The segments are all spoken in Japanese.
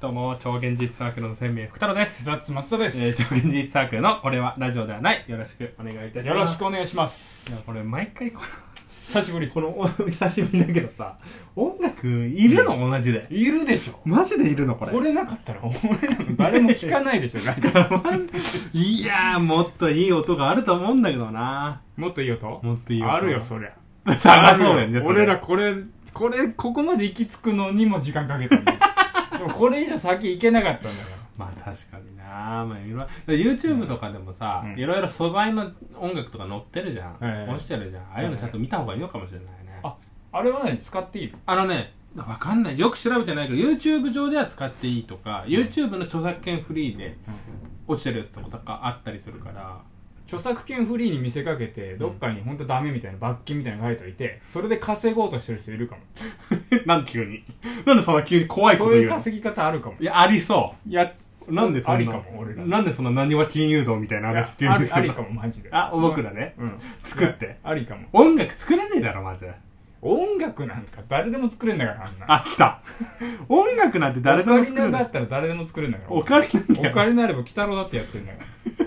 どうも、超現実サークルの天命福太郎です。ザッツ松田です、えー、超現実サークルの俺はラジオではない。よろしくお願いいたします。よろしくいお願いしますや、これ毎回この、久しぶりこの、お久しぶりだけどさ、音楽いるの、同じで。いるでしょマジでいるのこれ。これなかったら俺なんか誰も聞かないでしょラジ いやー、もっといい音があると思うんだけどなオもっといい音もっといい音あるよそり ゃ探そうねあんるじゃよあそれ俺らこれこれここまで行き着くのにも時間かけたん だよでもこれ以上先行けなかったんだよまあ確かになまあいろいろ YouTube とかでもさ、うんいろいろ素材の音楽とか載ってるじゃん、ええ落ちてるじゃんああいうのちゃんと見た方がいいのかもしれないね、ああれは何使っていいのあのねわかんないよく調べてないけど YouTube 上では使っていいとか、YouTube の著作権フリーで落ちてるやつとかあったりするから著作権フリーに見せかけてどっかに本当ダメみたいな罰金みたいなの書いといてそれで稼ごうとしてる人いるかも なんで急になんでそんな急に怖いことそう言ういうの稼ぎ方あるかもいやありそやうなんでそんなありかも俺らなんでそんな何は金融道みたいな話急いやあにりするありのかもマジであ僕らねうん作ってありかも音楽作れねえだろまず音楽なんか誰でも作れんだからあんなあ、来た。音楽なんて誰でも作オカるリナがあの。ったら誰でも作れんだからオカリナオカリナあれば鬼太郎だってやって んだから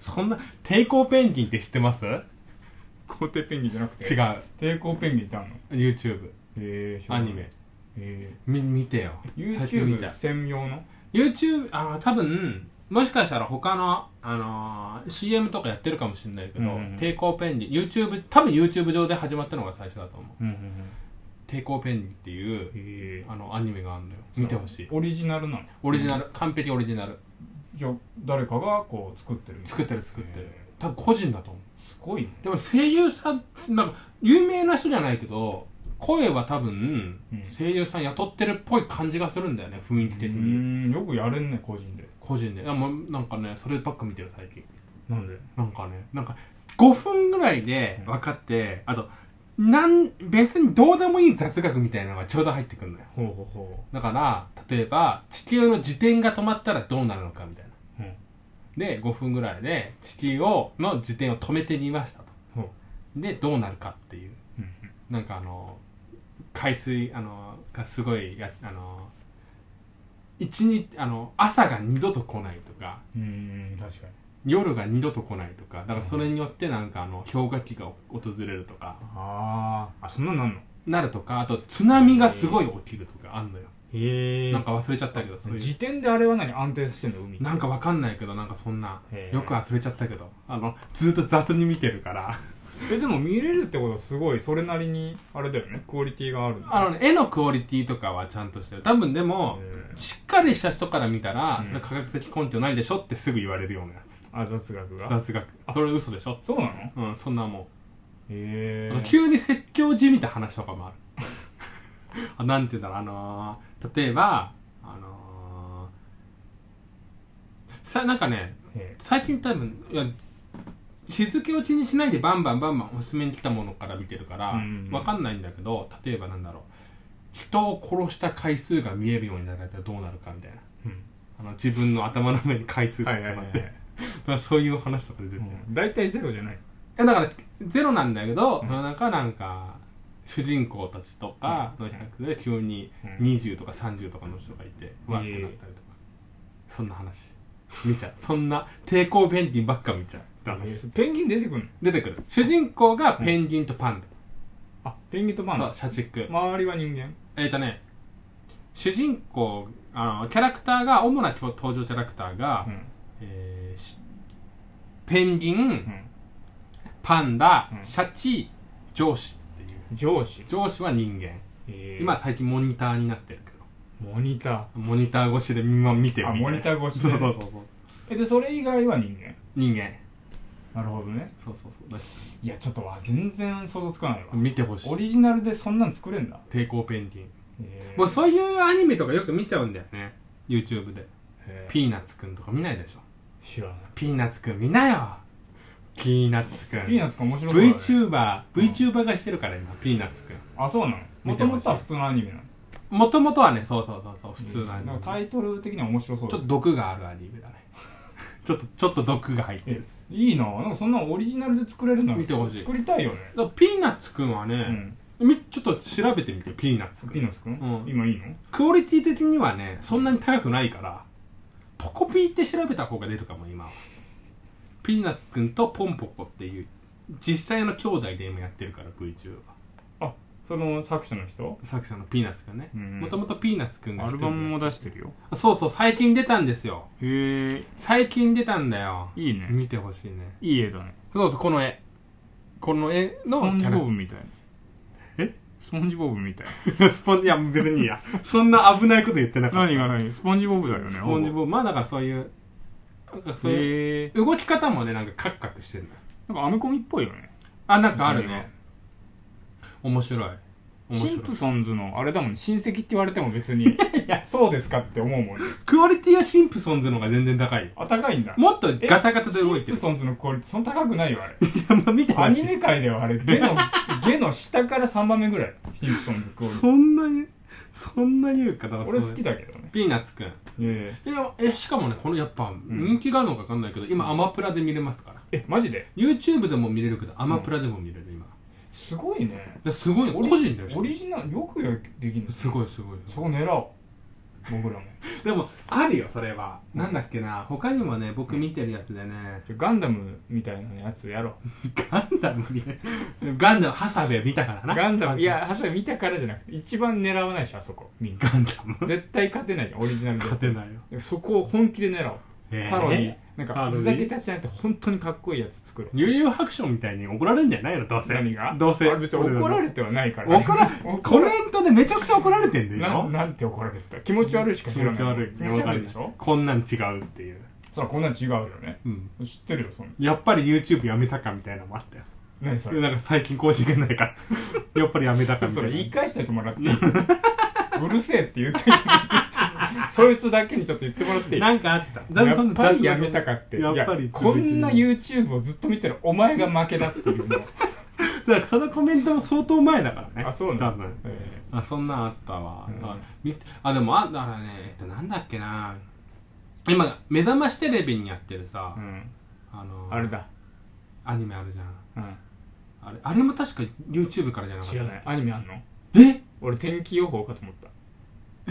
そんな、抵抗ペンギンって知ってます違皇帝ペンギンじゃなくてう。抵抗ペンギンいたの YouTube。えーアニメ。えみ、見てよ。ー、最近見ちゃ YouTube う専用の YouTube、あー、多分、もしかしたら他の、あのー CM とかやってるかもしれないけど、うんうんうん抵抗ペンギン、YouTube、多分 YouTube 上で始まったのが最初だと思う。うんうんうん抵抗ペンギンっていう、えーあの、アニメがあるのよ。見てほしい。オリジナルなのオリジナル、完璧オリジナル。じゃあ誰かがこう作ってる作ってる作ってるえ。多分個人だと思う。ーすごいねでも声優さんなんか有名な人じゃないけど声は多分うん声優さん雇ってるっぽい感じがするんだよね雰囲気う的にんよくやれんね個人で個人であもうなんかねそればっか見てる最近なんでなんかねなんか5分ぐらいで分かってあとなん別にどうでもいい雑学みたいなのがちょうど入ってくるのよほうほうほだから例えば地球の自転が止まったらどうなるのかみたいなううんで5分ぐらいで地球をの自転を止めてみましたとほうでどうなるかっていううんなんかあの海水あのがすごいやあの一日あの朝が二度と来ないとかうんうん確かに夜が二度と来ないとかだからそれによってなんかあの氷河期が訪れるとかあーあそんなんなんのなるとかあと津波がすごい起きるとかあんのよ、へえなんか忘れちゃったけどそうい時う点であれは何安定してんの海なんかわかんないけどなんかそんなへーよく忘れちゃったけどあのずっと雑に見てるからえでも見れるってことはすごいそれなりにあれだよねクオリティがあるあの、ね、絵のクオリティとかはちゃんとしてる多分でも、しっかりした人から見たら、うんそれ科学的根拠ないでしょってすぐ言われるようなやつあ雑学が雑学それ嘘でしょそうなのへうんそんなもん、えあと急に説教じみた話とかもある あなんて言うんだろうあのー例えばあのーさなんかねへ最近多分いや日付を気にしないでバンバンバンバンおすすめに来たものから見てるから、わうんかんないんだけど例えばなんだろう人を殺した回数が見えるようになられたらどうなるかみたいなえあの自分の頭の上に回数うんがはい溜はいはまいっはていまあそういう話とか出てる、うん大体ゼロじゃないえだからゼロなんだけど、うんその中なんか主人公たちとかの役で急にうん20とか30とかの人がいて、うんわってなったりとかそんな話見 ちゃうそんな抵抗ペンギンばっか見ちゃうって話、へえペンギン出てくんの出てくる主人公がペンギンとパンあペンギンとダ、パンダそう社畜、周りは人間えっ、とね主人公あのキャラクターが主な登場キャラクターが、うんえーしペンギン、うんパンダ、うんシャチ上司っていう上司上司は人間へえ今最近モニターになってるけどモニターモニター越しでみんな見てるあみたいなモニター越しそでうそうそうそうえでそれ以外は人間人間なるほどねそうそうそうだしいやちょっとわ全然想像つかないわ見てほしいオリジナルでそんなん作れんだ抵抗ペンギンへえもうそういうアニメとかよく見ちゃうんだよね YouTube でへえピーナッツくんとか見ないでしょ知らないピーナッツくん見なよピーナッツくんピーナッツか面白そうだね VTuberVTuber、VTuber がしてるから今ピーナッツくんあそうなの見もてとまもしたとは普通のアニメなのもともとはねそうそうそうそう普通のアニメ、なんかタイトル的には面白そうちょだっと毒があるアニメだね ちょっとちょっと毒が入ってえるいいななんかそんなオリジナルで作れるの見てほしい作りたいよねだからピーナッツくんはね、うんみちょっと調べてみてピーナッツピーナッツくん、うん今いいのクオリティ的にはねそんなに高くないからポコピーって調べた方が出るかも今はピーナッツくんとポンポコっていう実際の兄弟で今やってるから VTuber その作者の人作者のピーナッツくんねうんもともとピーナッツくんがア一人ルでバムも出してるよあそうそう最近出たんですよへえ最近出たんだよいいね見てほしいねいい絵だねそうそうこの絵この絵スのポンキジャボラブみたいえスポンジボブみたいスポンジいや別にいいやそんな危ないこと言ってなかった何が何スポンジボブだよねスポンジボブまあだからそういうなんかそういうへえ動き方もねなんかカクカクしてるのよなんかアメコミっぽいよねあなんかあるね面白い面シン白プいソンズのあれだもんね親戚って言われても 別にいやそうですかって思うもんねクオリティはシンプソンズの方が全然高いよあ高いんだもっとガタガタでシ動いンてプるソンズのクオリティそんな高くないよあれあんま見てアほしニいメ界ではあれゲの ゲの下から3番目ぐらいシンプソンズクオリテそんなにそんなに言うかだかィら俺そう好きだけどねピーナッツくんえでえしかもねこのやっぱ人気があるのか分かんないけど、今アマプラで見れますからえマジで YouTube でも見れるけどアマプラでも見れる今すごいねですごいオよリ個人だよオリジナルよくできるのすごいすごいそこ狙おう僕らもでもあるよそれは、うんなんだっけな他にもね僕見てるやつでね、ちょガンダムみたいなやつやろうガンダムねガンダムハサベ見たからなガンダムいやあそれ見たからじゃなくて一番狙わないでしょあそこみんなガンダム 絶対勝てないじゃんオリジナルで勝てないよそこを本気で狙おうパロディなんパかロディふざけたしじゃなくて本当にかっこいいやつ作ろうニューユー白書みたいに怒られるんじゃないのどうせ何がどうせあ別に怒られてはないからね怒らコ怒らメントでめちゃくちゃ怒られてんだなよなんて怒られてた気持ち悪いしか気知らな持いち悪い気持ち悪いでしょこんなん違うっていう、そらこんなん違うよねうん、知ってるよそんなやっぱり YouTube やめたかみたいなのもあったよ何それなんか最近更新がないから やっぱりやめたちょかみっとそたれ言いいな返し てもらっていいうるせえって言ってそいつだけにちょっと言ってもらっていいなんかあっただやっぱりやめたかってやっぱいりやこんな YouTube をずっと見てるお前が負けだっていうのだからそのコメントも相当前だからねあそう多なんだ分えあそんなんあったわ、うんあみあでもあだからねえっとなんだっけな今目覚ましテレビにやってるさー、うんあのあれだ、アニメあるじゃんうん、あれあれも確か YouTube からじゃなかっ知らたないアニメあんのえ俺天気予報かと思った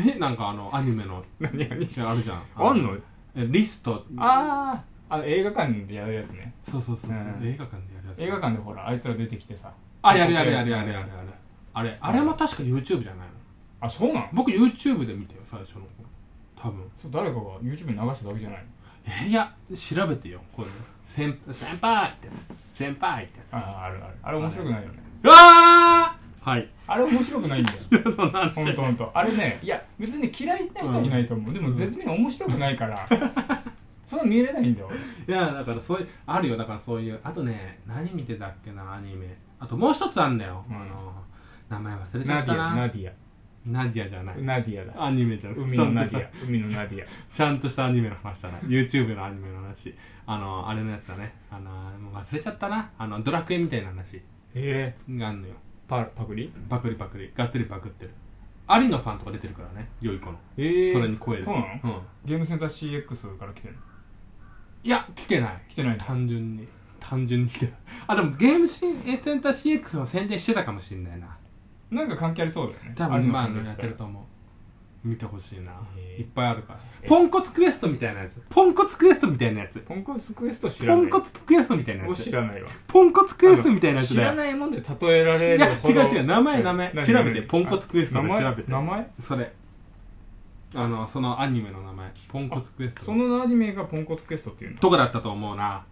えなんかあのアニメの 何何あるじゃん あんのえリストあーあの映画館でやるやつねそうそうそうそう、うん映画館でやるやつ映画館でほらあいつら出てきてさあやるやるやるやるやるやるあれあれも確か YouTube じゃないのあそうなの僕 YouTube で見てよ最初の頃多分そう誰かが YouTube に流しただけじゃないのえいや調べてよこれ先先輩ってやつ先輩ってやつあああるあるあれ面白くないよねうわーはいあれ面白くないん だよ そんなほんと話ほんとあれ ねいや別に嫌いな人はいないと思う、でも絶妙に面白くないから そんな見れないんだよいやだからそういうあるよだからそういうあとね何見てたっけなアニメあともう一つあんだよ、うんあの名前忘れ俺ちゃったな ナディナディアじゃなアいナディアだアニメじゃなくて海ちゃのんとナしデたィア海のナディアちゃんとしたアニメの話だな YouTube のアニメの話あのあれのやつだねあのもう忘れちゃったなあのドラクエみたいな話ええがあんのよパパクリパクリパクリがっつりパクってる有野さんとか出てるからね良い子の、えそれに声でそうなの、うん、ゲームセンター CX から来てるのいや来てない来てないんだ単純に単純に来てたあでもゲームシーンセンター CX の宣伝してたかもしんないななんか関係ありそうだよね多有分野まあさんが来たらやってると思う見てほしいなへーいっぱいあるからえポンコツクエストみたいなやつポンコツクエストみたいなやつポンコツクエスト知らポないンコツクエストみたいなやをつ知らないわポンコツクエストみたいなやつ知だよらないもんで例えられるほどいや違う違う名前名前え何調べて何ポンコツクエストで名前調べて名前それあのそのアニメの名前ポンコツクエストそのアニメがポンコツクエストっていうのとかだったと思うな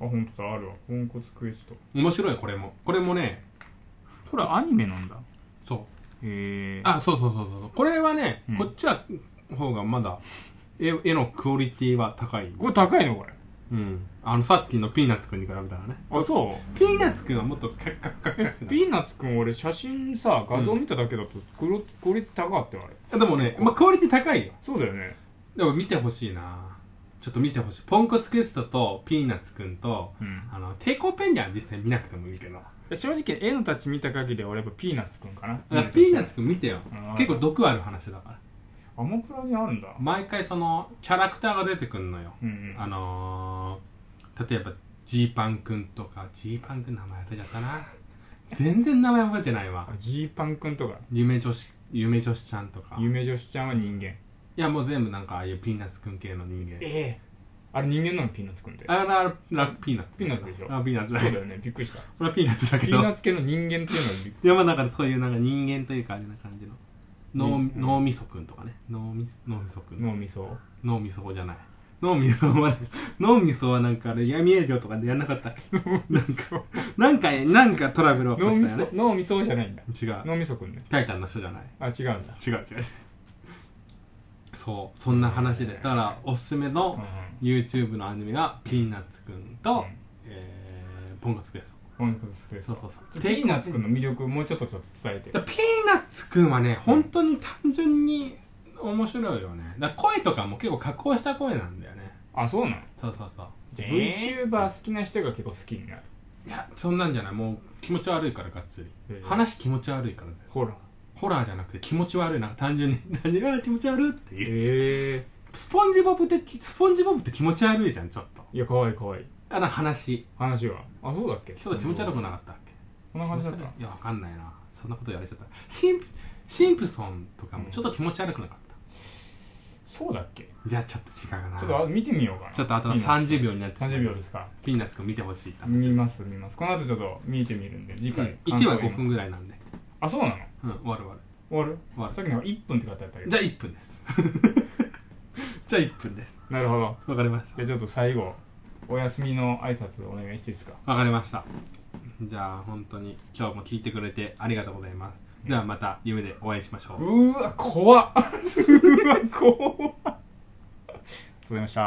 あ本当だあるわポンコツクエスト面白いこれもこれもねこれアニメなんだそうへえあそうそうそうそうこれはね、うんこっちは方がまだ絵絵のクオリティは高いこれ高いのこれうんあのさっきのピーナッツくんに比べたらねあそピーナッツくんはもっとカッカッカッカッうカッピーナッツくん俺写真さ画像見ただけだとクロクオリティ高かったよあれでもね、まあ、クオリティ高いよそうだよねでも見てほしいなちょっと見てほしいポンコツクエストとピーナッツくんとうんあの抵抗ペンギンは実際見なくてもいいけど、正直絵のたち見た限りは俺やっぱピーナッツくんかなピーナッツくん見てようん結構毒ある話だからアマプラにあるんだ毎回そのキャラクターが出てくんのようんうんあのー、例えばジーパンくんとかジーパンくん名前当てちゃったな全然名前覚えてないわジーパンくんとか夢女子夢女子ちゃんとかい夢女子ちゃんは人間やもう全部なんかああいうピーナッツくん系の人間ええあれ人間なのピーナッツくんってあらあらピーナッツピーナッツでしょあピーナッツだそうだよねびっく りしたこれはピーナッツだけピどーナッツ系の人間っていうのはびっいやまあなんかそういうなんか人間というかあれな感じの脳,、うん脳みそくんとかね脳み脳 みそくん脳みそ脳みそじゃない脳みそは脳みそはなんかあれ闇営業とかでやんなかったなんかなんかなんかトラブルを起こ脳しみたそよね脳みそじゃないんだ違う脳みそくんねタイタンの人じゃないあ違うんだ違う違うそうそんな話でだからおすすめうんの YouTube のアニメがピーナッツくんと、えー、ポンコツクエス本当ですトそうそうそうピーナッツくんの魅力もうちょっとちょっと伝えてだからピーナッツくんはね本当に単純に面白いよねだから声とかも結構加工した声なんだよねあそうなのそうそうそうじゃあえー VTuber 好きな人が結構好きになるいやそんなんじゃないもう気持ち悪いからがっつり話気持ち悪いからほらホラーじゃなくて気持ち悪いなんか単純 に単純にあー気持ち悪いっていうええスポンジボブってスポンジボブって気持ち悪いじゃんちょっといやかわいいかわいいあの話話はあそうだっけちょっと気持ち悪くなかったっけこんな感じだったいやわかんないなそんなこと言われちゃったシンプシンプソンとかもちょっと気持ち悪くなかった、そうだっけじゃあちょっと違うかなちょっとあ見てみようかなちょっとあとピーナッツ30秒になってしまいました30秒ですかピーナッツくん見てほしいな、うん、見ます見ますこの後ちょっと見てみるんで次回1話感想を5言います分ぐらいなんであそうなのうん終わる終わる終わる終わるさっきの1分って書いてあったけどじゃあ1分です じゃあ1分ですなるほどわかりましたじゃあちょっと最後お休みの挨拶お願いしていいですかわかりましたじゃあ本当に今日も聞いてくれてありがとうございますではまた夢でお会いしましょう うーわ怖っうーわ怖っありがとうございました